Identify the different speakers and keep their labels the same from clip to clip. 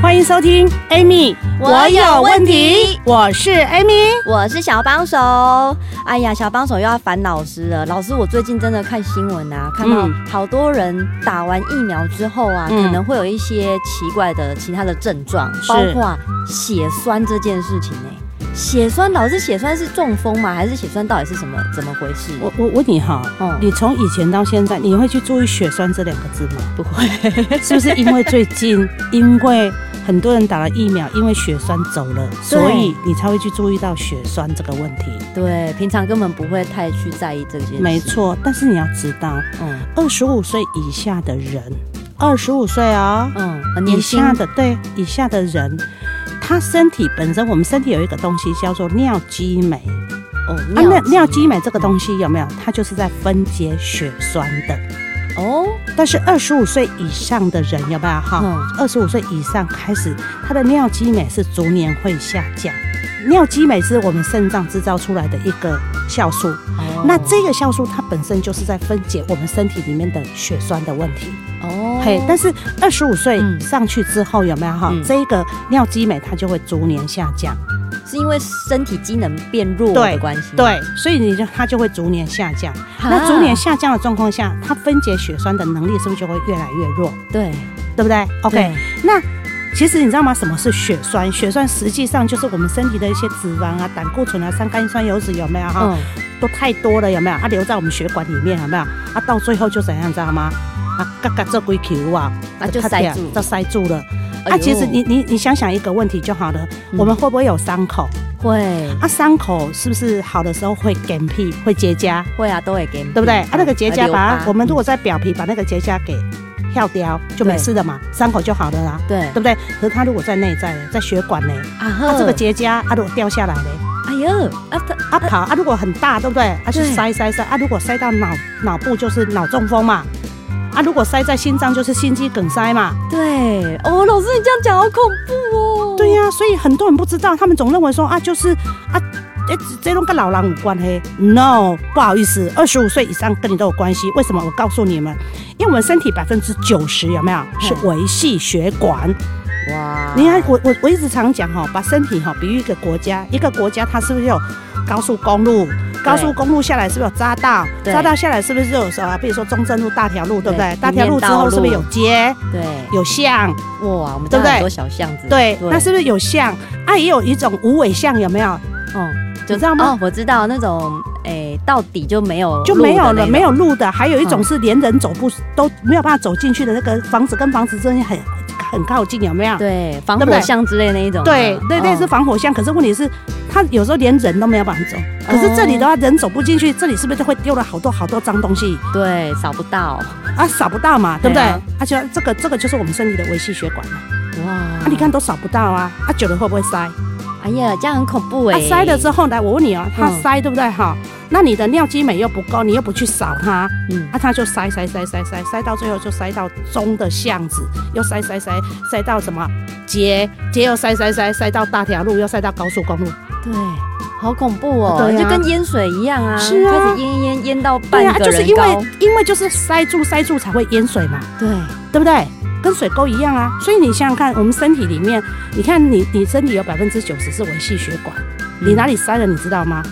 Speaker 1: 欢迎收听 Amy，
Speaker 2: 我有问题，
Speaker 1: 我是 Amy。
Speaker 2: 我是小帮手。哎呀，小帮手又要烦老师了。老师，我最近真的看新闻啊，看到
Speaker 1: 嗯
Speaker 2: 好多人打完疫苗之后啊，
Speaker 1: 嗯
Speaker 2: 可能会有一些奇怪的其他的症状，
Speaker 1: 是
Speaker 2: 包括血栓这件事情呢、血栓，老师，血栓是中风吗？还是血栓到底是什么？怎么回事？
Speaker 1: 我我问你哈，
Speaker 2: 嗯
Speaker 1: 你从以前到现在，你会去注意“血栓”这两个字吗？
Speaker 2: 不会，
Speaker 1: 是不是因为最近， 因为很多人打了疫苗，因为血栓走了，所以你才会去注意到血栓这个问题？
Speaker 2: 对，平常根本不会太去在意这件事。
Speaker 1: 没，错，但是你要知道，
Speaker 2: 嗯
Speaker 1: 二十五岁以下的人，二十五岁哦，
Speaker 2: 嗯，很
Speaker 1: 以
Speaker 2: 年轻
Speaker 1: 下的对以下的人，他身体本身，我们身体有一个东西叫做尿激酶。
Speaker 2: 哦，
Speaker 1: 啊，
Speaker 2: 尿
Speaker 1: 那
Speaker 2: 急
Speaker 1: 尿激酶这个东西有没有？它就是在分解血栓的。
Speaker 2: 哦，
Speaker 1: 但是二十五岁以上的人有没有哈
Speaker 2: 嗯？
Speaker 1: 二十五岁以上开始，它的尿激酶是逐年会下降。尿激酶是我们肾脏制造出来的一个酵素，
Speaker 2: 哦
Speaker 1: 那这个酵素它本身就是在分解我们身体里面的血栓的问题。
Speaker 2: 哦，
Speaker 1: 嘿，但是二十五岁
Speaker 2: 嗯
Speaker 1: 上去之后有没有哈
Speaker 2: 嗯？
Speaker 1: 这个尿激酶它就会逐年下降。
Speaker 2: 是因为身体机能变弱
Speaker 1: 对
Speaker 2: 的关系。，
Speaker 1: 对，所以你就它就会逐年下降。
Speaker 2: 哈
Speaker 1: 那逐年下降的状况下，它分解血栓的能力是不是就会越来越弱？
Speaker 2: 对
Speaker 1: 对不对？OK，
Speaker 2: 对
Speaker 1: 那其实你知道吗？什么是血栓？血栓实际上就是我们身体的一些脂肪啊、胆固醇啊、三甘酸油脂有没有哈、
Speaker 2: 嗯，
Speaker 1: 都太多了有没有？它、留在我们血管里面有没有？啊，到最后就怎样，知道吗？啊，嘎嘎这龟球啊，
Speaker 2: 啊就
Speaker 1: 咔
Speaker 2: 塞
Speaker 1: 嚓
Speaker 2: 住
Speaker 1: 就塞住了。
Speaker 2: 哎
Speaker 1: 啊，
Speaker 2: 呦
Speaker 1: 其实你你你想想一个问题就好了，
Speaker 2: 嗯
Speaker 1: 我们会不会有伤口？
Speaker 2: 会
Speaker 1: 啊，伤口是不是好的时候会干屁，会结痂？
Speaker 2: 会啊，都会给你，
Speaker 1: 对不对？啊，那个结痂
Speaker 2: 留
Speaker 1: 把
Speaker 2: 疤
Speaker 1: 它，我们如果在表皮把那个结痂给跳掉，就没
Speaker 2: 对
Speaker 1: 事的嘛，伤口就好了啦，
Speaker 2: 对
Speaker 1: 对不对？可是它如果在内在呢，在血管呢，
Speaker 2: 啊
Speaker 1: 它、
Speaker 2: 呵，
Speaker 1: 这个结痂啊，如果掉下来呢，
Speaker 2: 哎呦啊它
Speaker 1: 啊跑啊，如果很大，对不对？啊，就
Speaker 2: 对
Speaker 1: 塞塞塞啊，如果塞到脑脑部就是脑中风嘛，啊，如果塞在心脏就是心肌梗塞嘛，
Speaker 2: 对哦，老师你这样讲好恐怖哦。
Speaker 1: 对、呀、所以很多人不知道，他们总认为说啊，就是啊。哎，这种跟老狼有关嘿？No，不好意思，二十五岁以上跟你都有关系。为什么？我告诉你们，因为我们身体百分之九十有没有是维系血管？
Speaker 2: 哇
Speaker 1: 你看，我我我一直常讲哈、把身体哈、比喻一个国家，一个国家它是不是有高速公路？高速公路下来是不是有匝道？
Speaker 2: 对
Speaker 1: 匝道下来是不是就有什么？比如说中正路、大条路，对不
Speaker 2: 对
Speaker 1: 对？大条路之后是不是有街、
Speaker 2: 对
Speaker 1: 有巷？
Speaker 2: 哇，我们
Speaker 1: 对
Speaker 2: 家
Speaker 1: 不对
Speaker 2: 很多小巷子，
Speaker 1: 对，那是不是有巷啊？也有一种无尾巷，有没有？
Speaker 2: 哦，
Speaker 1: 你知道吗
Speaker 2: 哦，我知道那种哎，到底就没有
Speaker 1: 就没有
Speaker 2: 路的那
Speaker 1: 了，
Speaker 2: 种
Speaker 1: 没有路的。还有一种
Speaker 2: 嗯
Speaker 1: 是连人走不都没有办法走进去的，那个房子跟房子之间很很靠近，有没有？
Speaker 2: 对防
Speaker 1: 对不
Speaker 2: 火
Speaker 1: 对
Speaker 2: 巷之类那一种啊，
Speaker 1: 对对，类似
Speaker 2: 哦
Speaker 1: 防火巷。可是问题是，它有时候连人都没有办法走。可是这里的话，人走不进去，这里是不是就会丢了好多好多脏东西
Speaker 2: 对扫不到
Speaker 1: 啊？扫不到嘛，对不对
Speaker 2: 对嗯啊？
Speaker 1: 而且这个这个就是我们身体的维系血管啊，
Speaker 2: 哇
Speaker 1: 啊你，看都扫不到啊，啊久了会不会塞？
Speaker 2: 哎呀，这样很恐怖
Speaker 1: 它
Speaker 2: 哎，
Speaker 1: 啊塞了之后，来我问你哦，它
Speaker 2: 嗯
Speaker 1: 塞对不对哈？那你的尿基酶又不够，你又不去扫它，
Speaker 2: 嗯，
Speaker 1: 啊，它就塞塞塞塞塞塞到最后就塞到中的巷子，又塞塞塞塞到什么街街又塞塞塞塞到大条路，又塞到高速公路。
Speaker 2: 对，好恐怖哦，
Speaker 1: 对啊
Speaker 2: 就跟淹水一样啊，
Speaker 1: 是啊
Speaker 2: 开始淹淹淹到半
Speaker 1: 对啊，
Speaker 2: 个
Speaker 1: 就是
Speaker 2: 人
Speaker 1: 因
Speaker 2: 高
Speaker 1: 为，因为就是塞住塞住才会淹水嘛，
Speaker 2: 对，
Speaker 1: 对不对？跟水沟一样啊。所以你想想看，我们身体里面，你看你你身体有百分之九十是维系血管，你哪里塞了你知道吗？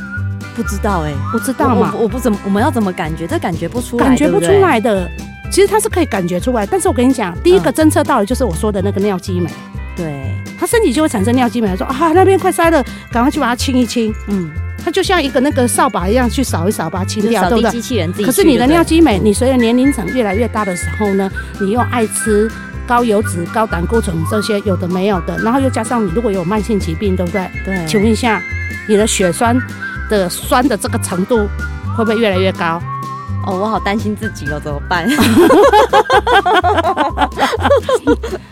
Speaker 2: 不知道哎，
Speaker 1: 不知道欸嘛
Speaker 2: 我，我我不怎么，我们要怎么感觉？这感觉不出来，
Speaker 1: 感觉不
Speaker 2: 对
Speaker 1: 出
Speaker 2: 对。
Speaker 1: 来的。其实它是可以感觉出来，但是我跟你讲，第一个
Speaker 2: 嗯
Speaker 1: 侦测到的就是我说的那个尿激酶。
Speaker 2: 对，
Speaker 1: 他身体就会产生尿激酶，说啊那边快塞了，赶快去把它清一清。
Speaker 2: 嗯，
Speaker 1: 它就像一个那个扫把一样去扫一扫，把它清
Speaker 2: 就
Speaker 1: 掉，
Speaker 2: 扫
Speaker 1: 对不
Speaker 2: 地
Speaker 1: 对？
Speaker 2: 机器人自己去。
Speaker 1: 可是你的
Speaker 2: 对不对
Speaker 1: 尿激酶，你随着年龄层越来越大的时候呢，你又爱吃高油脂、高胆固醇这些有的没有的，然后又加上你如果有慢性疾病，对不对？
Speaker 2: 对，
Speaker 1: 请问一下，你的血栓的酸的这个程度会不会越来越高？
Speaker 2: 哦，我好担心自己哦，怎么 办？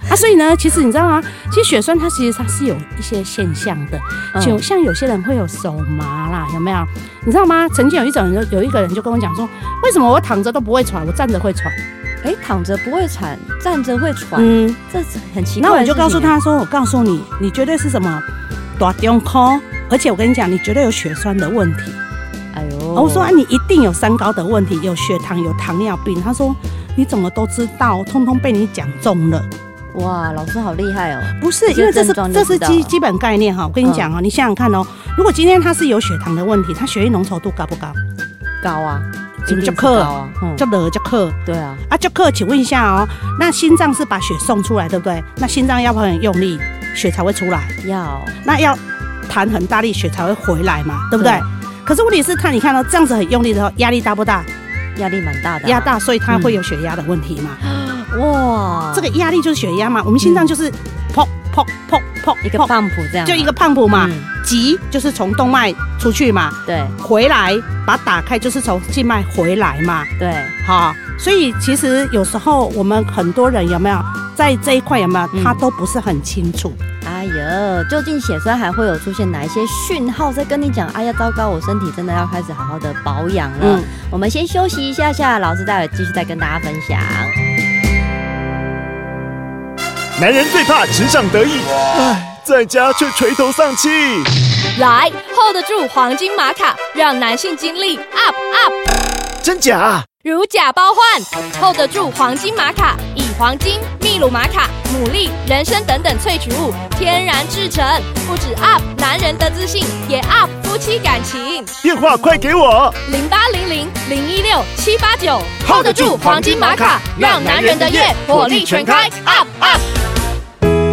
Speaker 1: 啊，所以呢，其实你知道吗？其实血栓它其实它是有一些现象的，
Speaker 2: 嗯
Speaker 1: 就、像有些人会有手麻啦，有没有？你知道吗？曾经有一种人，有一个人就跟我讲说，为什么我躺着都不会喘，我站着会喘？
Speaker 2: 哎、躺着不会喘，站着会喘，
Speaker 1: 嗯，
Speaker 2: 这是很奇怪。
Speaker 1: 那我就告诉，他说，我告诉你，你绝对是什么大中空，而且我跟你讲，你绝对有血栓的问题。
Speaker 2: 哎呦，
Speaker 1: 我说、啊、你一定有三高的问题，有血糖，有糖尿病。他说你怎么都知道，通通被你讲中了。
Speaker 2: 哇，老师好厉害哦，
Speaker 1: 不是，
Speaker 2: 这
Speaker 1: 因为这是
Speaker 2: 症状就
Speaker 1: 这是
Speaker 2: 知道
Speaker 1: 基
Speaker 2: 了嗯
Speaker 1: 基本概念哈。我跟你讲哦，你想想看哦，如果今天他是有血糖的问题，他血液浓稠度高不高？
Speaker 2: 高啊，
Speaker 1: 怎么就
Speaker 2: 一定是
Speaker 1: 克
Speaker 2: 高啊，嗯，
Speaker 1: 就热就克
Speaker 2: 对啊，
Speaker 1: 啊，就克。请问一下哦，那心脏是把血送出来，对不对？那心脏要不要很用力，血才会出来？
Speaker 2: 要
Speaker 1: 那要弹很大力，血才会回来嘛，对不对？
Speaker 2: 对嗯
Speaker 1: 可是问题是，他你看到、哦、这样子很用力的时候，压力大不大？
Speaker 2: 压力蛮大的、啊
Speaker 1: 压，大，所以他会有血压的问题嘛。
Speaker 2: 嗯哇，
Speaker 1: 这个压力就是血压嘛，我们心脏就是砰砰砰砰
Speaker 2: 嗯一个
Speaker 1: 砰
Speaker 2: 棒谱这样啊，
Speaker 1: 就一个胖虎嘛，
Speaker 2: 嗯
Speaker 1: 急就是从动脉出去嘛，
Speaker 2: 对
Speaker 1: 回来把它打开就是从静脉回来嘛，
Speaker 2: 对，
Speaker 1: 哈、所以其实有时候我们很多人有没有在这一块有没有，
Speaker 2: 嗯
Speaker 1: 他都不是很清楚。
Speaker 2: 哎呦，究竟血栓还会有出现哪一些讯号在跟你讲？哎呀，糟糕，我身体真的要开始好好的保养了。
Speaker 1: 嗯
Speaker 2: 我们先休息一下下，老师待会继续再跟大家分享。
Speaker 3: 男人最怕职场得意，唉，在家却垂头丧气。
Speaker 4: 来 hold 得住黄金玛卡，让男性精力 up up，
Speaker 3: 真假啊？
Speaker 4: 如假包换，hold 得住黄金玛卡，以黄金、秘鲁玛卡、牡蛎、人参等等萃取物天然制成，不止 up 男人的自信，也 up 夫妻感情。
Speaker 3: 电话快给我！
Speaker 4: 零八零零零一六七八九
Speaker 3: hold 得住黄金玛卡让男人的夜火力全开
Speaker 4: ，up up。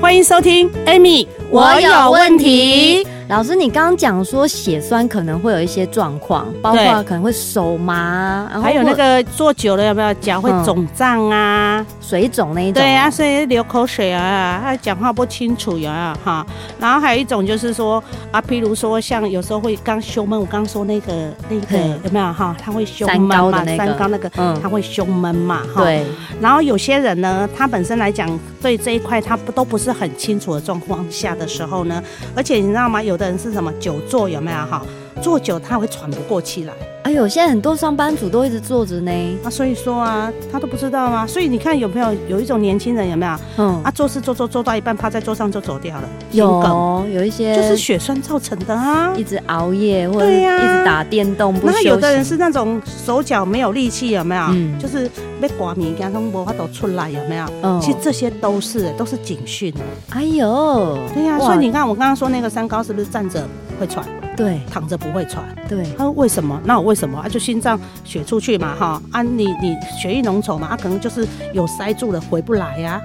Speaker 1: 欢迎收听 Amy，我有问题。。
Speaker 2: 老师，你刚刚讲说血栓可能会有一些状况，包括
Speaker 1: 对
Speaker 2: 可能会手麻，然后
Speaker 1: 还有
Speaker 2: 或
Speaker 1: 那个坐久了有没有脚会
Speaker 2: 嗯
Speaker 1: 肿胀啊？
Speaker 2: 水肿那一种。
Speaker 1: 对啊，，所以流口水啊，他讲话不清楚呀、啊、哈。然后还有一种就是说啊，譬如说像有时候会刚胸闷，我刚说那个那个
Speaker 2: 嗯
Speaker 1: 有没有哈？他会胸
Speaker 2: 三
Speaker 1: 闷
Speaker 2: 高
Speaker 1: 嘛，
Speaker 2: 的那个
Speaker 1: 三高那个，
Speaker 2: 嗯
Speaker 1: 他会胸闷嘛哈。。
Speaker 2: 对，
Speaker 1: 然后有些人呢，他本身来讲对这一块他不都不是很清楚的状况下的时候呢，而且你知道吗？有的人是什么久坐有没有哈？坐久他会喘不过气来。
Speaker 2: 哎呦，现在很多上班族都一直坐着呢。
Speaker 1: 那所以说啊，他都不知道啊。所以你看有没有有一种年轻人有没有？
Speaker 2: 嗯，
Speaker 1: 啊，做事做做做到一半，趴在桌上就走掉了，心梗
Speaker 2: 有哦有一些
Speaker 1: 就是血栓造成的啊。
Speaker 2: 一直熬夜或者是
Speaker 1: 对
Speaker 2: 一
Speaker 1: 呀
Speaker 2: 直打电动不
Speaker 1: 然后
Speaker 2: 休息。
Speaker 1: 有的人是那种手脚没有力气，有没有？
Speaker 2: 嗯
Speaker 1: 就是被刮米，然后无法都出来，有没有？
Speaker 2: 嗯
Speaker 1: 其实这些都是都是警讯。啊
Speaker 2: 哎呦，
Speaker 1: 对呀、
Speaker 2: 哇
Speaker 1: 所以你看我刚刚说那个三高是不是站着会喘，
Speaker 2: 对
Speaker 1: 躺着不会喘？
Speaker 2: 对，
Speaker 1: 他说为什么？那我为什么啊？就心脏血出去嘛，哈啊你你血液浓稠嘛，啊可能就是有塞住了回不来啊呀、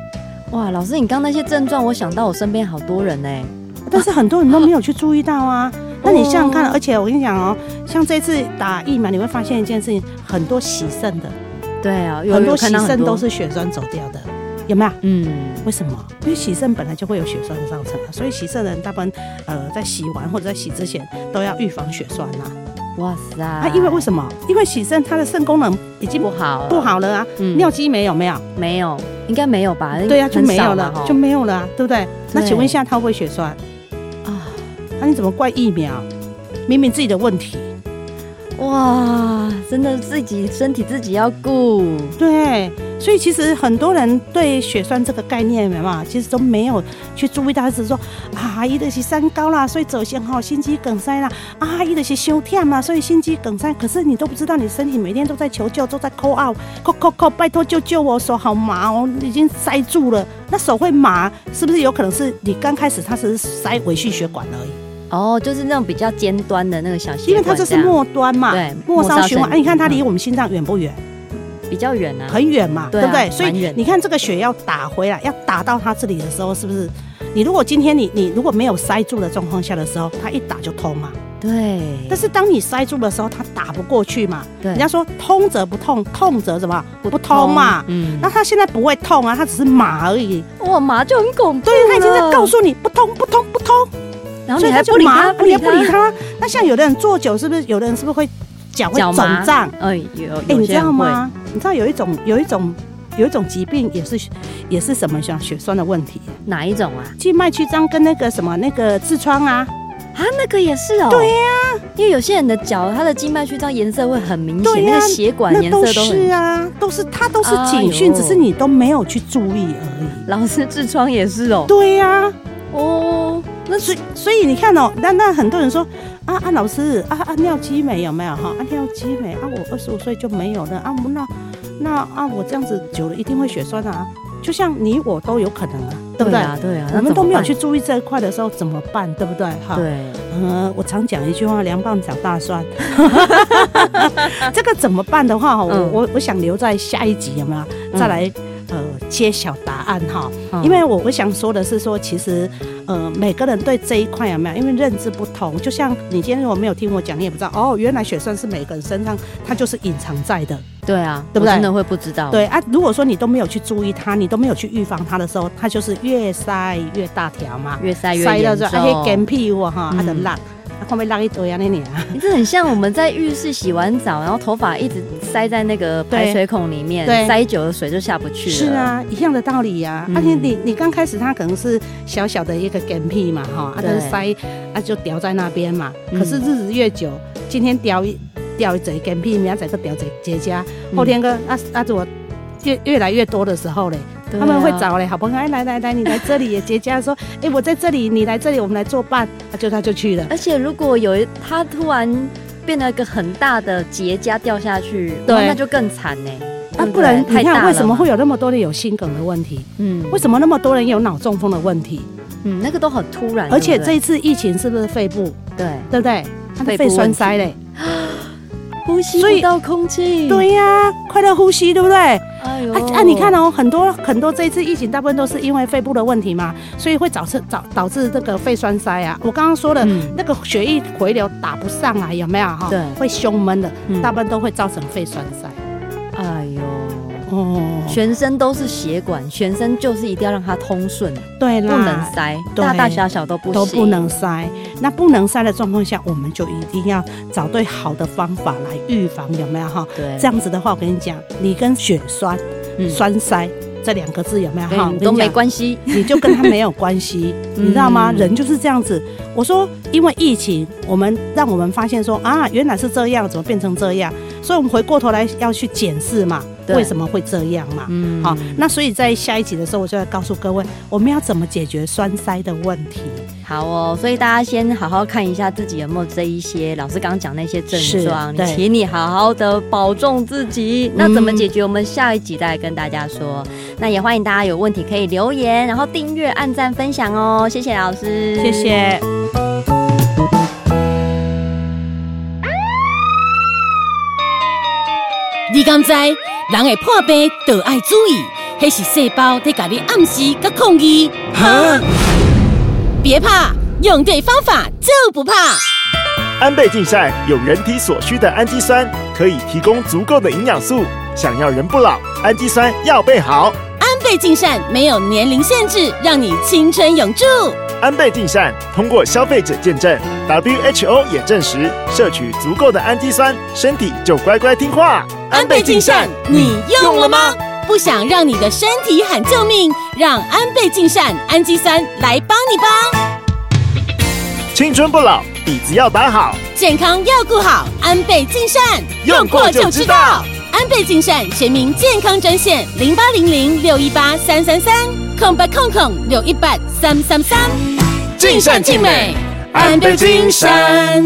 Speaker 2: 哇，老师，你刚那些症状，我想到我身边好多人呢、
Speaker 1: 但是很多人都没有去注意到 啊。那你想想看，
Speaker 2: 哦
Speaker 1: 而且我跟你讲哦，像这次打疫苗，你会发现一件事情，很多洗肾的，
Speaker 2: 对啊，有
Speaker 1: 很多
Speaker 2: 有
Speaker 1: 洗
Speaker 2: 看到
Speaker 1: 肾都是血栓走掉的，有没有？
Speaker 2: 嗯，
Speaker 1: 为什么？因为洗肾本来就会有血栓的造成啊，所以洗肾的人大部分呃在洗完或者在洗之前都要预防血栓呐、
Speaker 2: 哇塞，
Speaker 1: 啊。因为为什么？因为洗肾它的肾功能已经
Speaker 2: 不好了
Speaker 1: 不好了啊，
Speaker 2: 嗯
Speaker 1: 尿基酶有没有？
Speaker 2: 没有，应该没有吧？
Speaker 1: 对啊，就
Speaker 2: 很
Speaker 1: 没有
Speaker 2: 少嘛
Speaker 1: 了，
Speaker 2: 吼
Speaker 1: 就没有了啊，对不对？那
Speaker 2: 对
Speaker 1: 请问一下，它会不会血栓？
Speaker 2: 啊，
Speaker 1: 那、你怎么怪疫苗？明明自己的问题。
Speaker 2: 哇，真的自己身体自己要顾，
Speaker 1: 对，所以其实很多人对血栓这个概念嘛，其实都没有去注意到，只是说啊，伊的是三高啦，所以走向吼心肌梗塞啦，啊，伊的是休跳啦，所以心肌梗塞。可是你都不知道，你身体每天都在求救，都在抠啊，抠抠抠，拜托救救我，手好麻哦，已经塞住了。那手会麻，是不是有可能是你刚开始它只是塞微细血管而已？
Speaker 2: 哦，就是那种比较尖端的那个小血
Speaker 1: 因为
Speaker 2: 管这
Speaker 1: 它这
Speaker 2: 样，
Speaker 1: 是末端嘛
Speaker 2: 对，
Speaker 1: 末
Speaker 2: 末
Speaker 1: 梢
Speaker 2: 梢
Speaker 1: 循环。
Speaker 2: 神
Speaker 1: 哎、你看它
Speaker 2: 嗯
Speaker 1: 离我们心脏远不远？
Speaker 2: 比较远啊，
Speaker 1: 很远嘛，
Speaker 2: 对
Speaker 1: 对
Speaker 2: 啊
Speaker 1: 不对？所
Speaker 2: 蛮远
Speaker 1: 以你看这个血要打回来，要打到它这里的时候，是不是？你如果今天你你如果没有塞住的状况下的时候，它一打就通嘛。
Speaker 2: 对，
Speaker 1: 但是当你塞住的时候，它打不过去嘛。
Speaker 2: 对
Speaker 1: 人家说通则不痛，痛则什么不通嘛。
Speaker 2: 嗯，
Speaker 1: 那它现在不会痛啊，它只是麻而已。
Speaker 2: 哇，麻就很恐怖，
Speaker 1: 对，它已经在告，诉你不通不通不通，
Speaker 2: 然后
Speaker 1: 所以
Speaker 2: 你还
Speaker 1: 他就
Speaker 2: 不理
Speaker 1: 麻
Speaker 2: 他，
Speaker 1: 你还不理，他。那像有的人坐久，是不是有的人是不是会脚会
Speaker 2: 脚
Speaker 1: 肿
Speaker 2: 麻
Speaker 1: 胀？
Speaker 2: 哎，有，
Speaker 1: 哎、
Speaker 2: 有
Speaker 1: 你知
Speaker 2: 些人
Speaker 1: 道
Speaker 2: 会？
Speaker 1: 吗？你知道有一种有一种有一种疾病也是也是什么像血栓的问题，
Speaker 2: 哪一种啊？
Speaker 1: 静脉曲张跟那个什么那个痔疮啊，
Speaker 2: 啊，那个也是哦。
Speaker 1: 对
Speaker 2: 呀，因为有些人的脚，他的静脉曲张颜色会很明
Speaker 1: 对
Speaker 2: 显，
Speaker 1: 呀
Speaker 2: 那个血管
Speaker 1: 那
Speaker 2: 颜
Speaker 1: 都
Speaker 2: 色都
Speaker 1: 是
Speaker 2: 很。
Speaker 1: 啊，都是它都是
Speaker 2: 哎
Speaker 1: 警讯，
Speaker 2: 呦
Speaker 1: 只是你都没有去注意而已。
Speaker 2: 老师痔疮也是哦。
Speaker 1: 对呀、
Speaker 2: 哦，
Speaker 1: 那所以所以你看哦，那那很多人说啊啊老师啊啊尿激酶有没有哈？啊尿激酶啊我二十五岁就没有了啊那那啊我这样子久了一定会血栓啊，就像你我都有可能啊，对不对？
Speaker 2: 啊，对啊，
Speaker 1: 我
Speaker 2: 那
Speaker 1: 们
Speaker 2: 怎
Speaker 1: 都
Speaker 2: 么
Speaker 1: 没有
Speaker 2: 办
Speaker 1: 去。注意这一块的时候怎么办？对不对？哈，
Speaker 2: 对，
Speaker 1: 呃，我常讲一句话，凉拌长大 蒜。这个怎么办的话，我
Speaker 2: 嗯
Speaker 1: 我我想留在下一集有没有再
Speaker 2: 嗯
Speaker 1: 来呃揭晓答案哈？
Speaker 2: 嗯
Speaker 1: 因为我我想说的是说，其实呃每个人对这一块有没有，因为认知不同，就像你今天如果没有听我讲，你也不知道哦，原来血栓是每个人身上它就是隐藏在的。
Speaker 2: 对啊，
Speaker 1: 对不
Speaker 2: 我
Speaker 1: 对
Speaker 2: 真的会不知道。
Speaker 1: 对啊，如果说你都没有去注意它，你都没有去预防它的时候，它就是越塞越大条嘛。
Speaker 2: 越塞越
Speaker 1: 塞到
Speaker 2: 严
Speaker 1: 这，啊，迄
Speaker 2: 重。
Speaker 1: 干屁股哈，啊，
Speaker 2: 嗯
Speaker 1: 就落，啊，看要落一堆安尼尔。
Speaker 2: 你这很像我们在浴室洗完澡，然后头发一直塞在那个排水孔里面，
Speaker 1: 对
Speaker 2: 塞久了水就下不去了。
Speaker 1: 是，啊，一样的道理呀、啊。
Speaker 2: 嗯
Speaker 1: 而且你你刚开始它可能是小小的一个干屁嘛哈，啊，
Speaker 2: 对
Speaker 1: 就是塞啊就掉在那边嘛。
Speaker 2: 嗯
Speaker 1: 可是日子越久，今天掉一掉一嘴干屁，明仔再个掉一嘴结痂，
Speaker 2: 嗯
Speaker 1: 后天个啊啊我越越来越多的时候嘞，
Speaker 2: 对
Speaker 1: 他
Speaker 2: 啊
Speaker 1: 们会找嘞好朋友，哎来来来，你来这里也结痂，说哎我在这里，你来这里，我们来作伴，啊就他就去了。
Speaker 2: 而且如果有一它突然变了一个很大的结痂掉下去，哇
Speaker 1: 对
Speaker 2: 那就更惨呢。
Speaker 1: 啊
Speaker 2: 对，对
Speaker 1: 不然你
Speaker 2: 太大
Speaker 1: 看
Speaker 2: 了
Speaker 1: 为什么
Speaker 2: 嘛
Speaker 1: 会有那么多的有心梗的问题？
Speaker 2: 嗯
Speaker 1: 为什么那么多人有脑中风的问题？
Speaker 2: 嗯那个都很突然，
Speaker 1: 而且
Speaker 2: 对不
Speaker 1: 这
Speaker 2: 对
Speaker 1: 一次疫情是不是肺部，
Speaker 2: 对
Speaker 1: 对不对？他的
Speaker 2: 肺
Speaker 1: 肺
Speaker 2: 部
Speaker 1: 栓塞嘞，
Speaker 2: 呼吸
Speaker 1: 所以
Speaker 2: 不到空气，，
Speaker 1: 对呀、快乐呼吸，对不对？啊
Speaker 2: 哎呦
Speaker 1: 啊，你看哦，很多很多这一次疫情，大部分都是因为肺部的问题嘛，所以会导致导导致这个肺栓塞啊。我刚刚说的
Speaker 2: 嗯
Speaker 1: 那个血液回流打不上来，有没有哈？
Speaker 2: 对
Speaker 1: 会胸闷的，
Speaker 2: 嗯
Speaker 1: 大部分都会造成肺栓塞。
Speaker 2: 哎呦，
Speaker 1: 哦，
Speaker 2: 全身都是血管，全身就是一定要让它通顺，
Speaker 1: 对啦，
Speaker 2: 不能塞，
Speaker 1: 对
Speaker 2: 大大小小都不行，
Speaker 1: 都不能塞。那不能塞的状况下，我们就一定要找对好的方法来预防，有没有哈？
Speaker 2: 对，
Speaker 1: 这样子的话，我跟你讲，你跟血栓、
Speaker 2: 嗯
Speaker 1: 栓塞这两个字有没有哈？
Speaker 2: 跟你都没关系，
Speaker 1: 系，你就跟他没有关 系，你知道吗？
Speaker 2: 嗯
Speaker 1: 人就是这样子。我说，因为疫情，我们让我们发现说啊，原来是这样，怎么变成这样？所以我们回过头来要去检视嘛，
Speaker 2: 对
Speaker 1: 为什么会这样嘛？
Speaker 2: 嗯
Speaker 1: 好，那所以在下一集的时候，我就要告诉各位，我们要怎么解决栓塞的问题。
Speaker 2: 好哦，所以大家先好好看一下自己有没有这一些老师刚刚讲那些症状，
Speaker 1: 是
Speaker 2: 你
Speaker 1: 对
Speaker 2: 请你好好的保重自己。那怎么解决？我们下一集再来跟大家说。那也欢迎大家有问题可以留言，然后订阅、按赞、分享哦，谢谢老师，
Speaker 1: 谢谢。
Speaker 5: 你敢知人会破病，就要注意，迄是细胞在甲你暗示甲抗议。别怕，用对方法就不怕。
Speaker 3: 安倍晋善有人体所需的氨基酸，可以提供足够的营养素。想要人不老，氨基酸要备好。
Speaker 5: 安倍晋善没有年龄限制，让你青春永驻。
Speaker 3: 安倍晋善通过消费者见证，WHO 也证实，摄取足够的氨基酸，身体就乖乖听话。
Speaker 5: 安倍晋善，你用了吗？不想让你的身体喊救命，让安倍晋善氨基酸来帮你吧。
Speaker 3: 青春不老，底子要打好。
Speaker 5: 健康要顾好，安倍晋善
Speaker 3: 用过就知道。
Speaker 5: 安倍晋善全民健康专线零八零零六一八三三三空八空空六一八三三三，
Speaker 3: 尽善尽美，安倍晋善。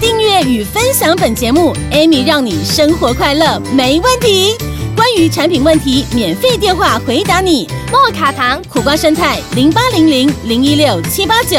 Speaker 5: 订阅与分享本节目，Amy 让你生活快乐没问题。关于产品问题，免费电话回答你。
Speaker 4: 莫卡糖。
Speaker 5: 苦瓜生态零八零零零一六七八九，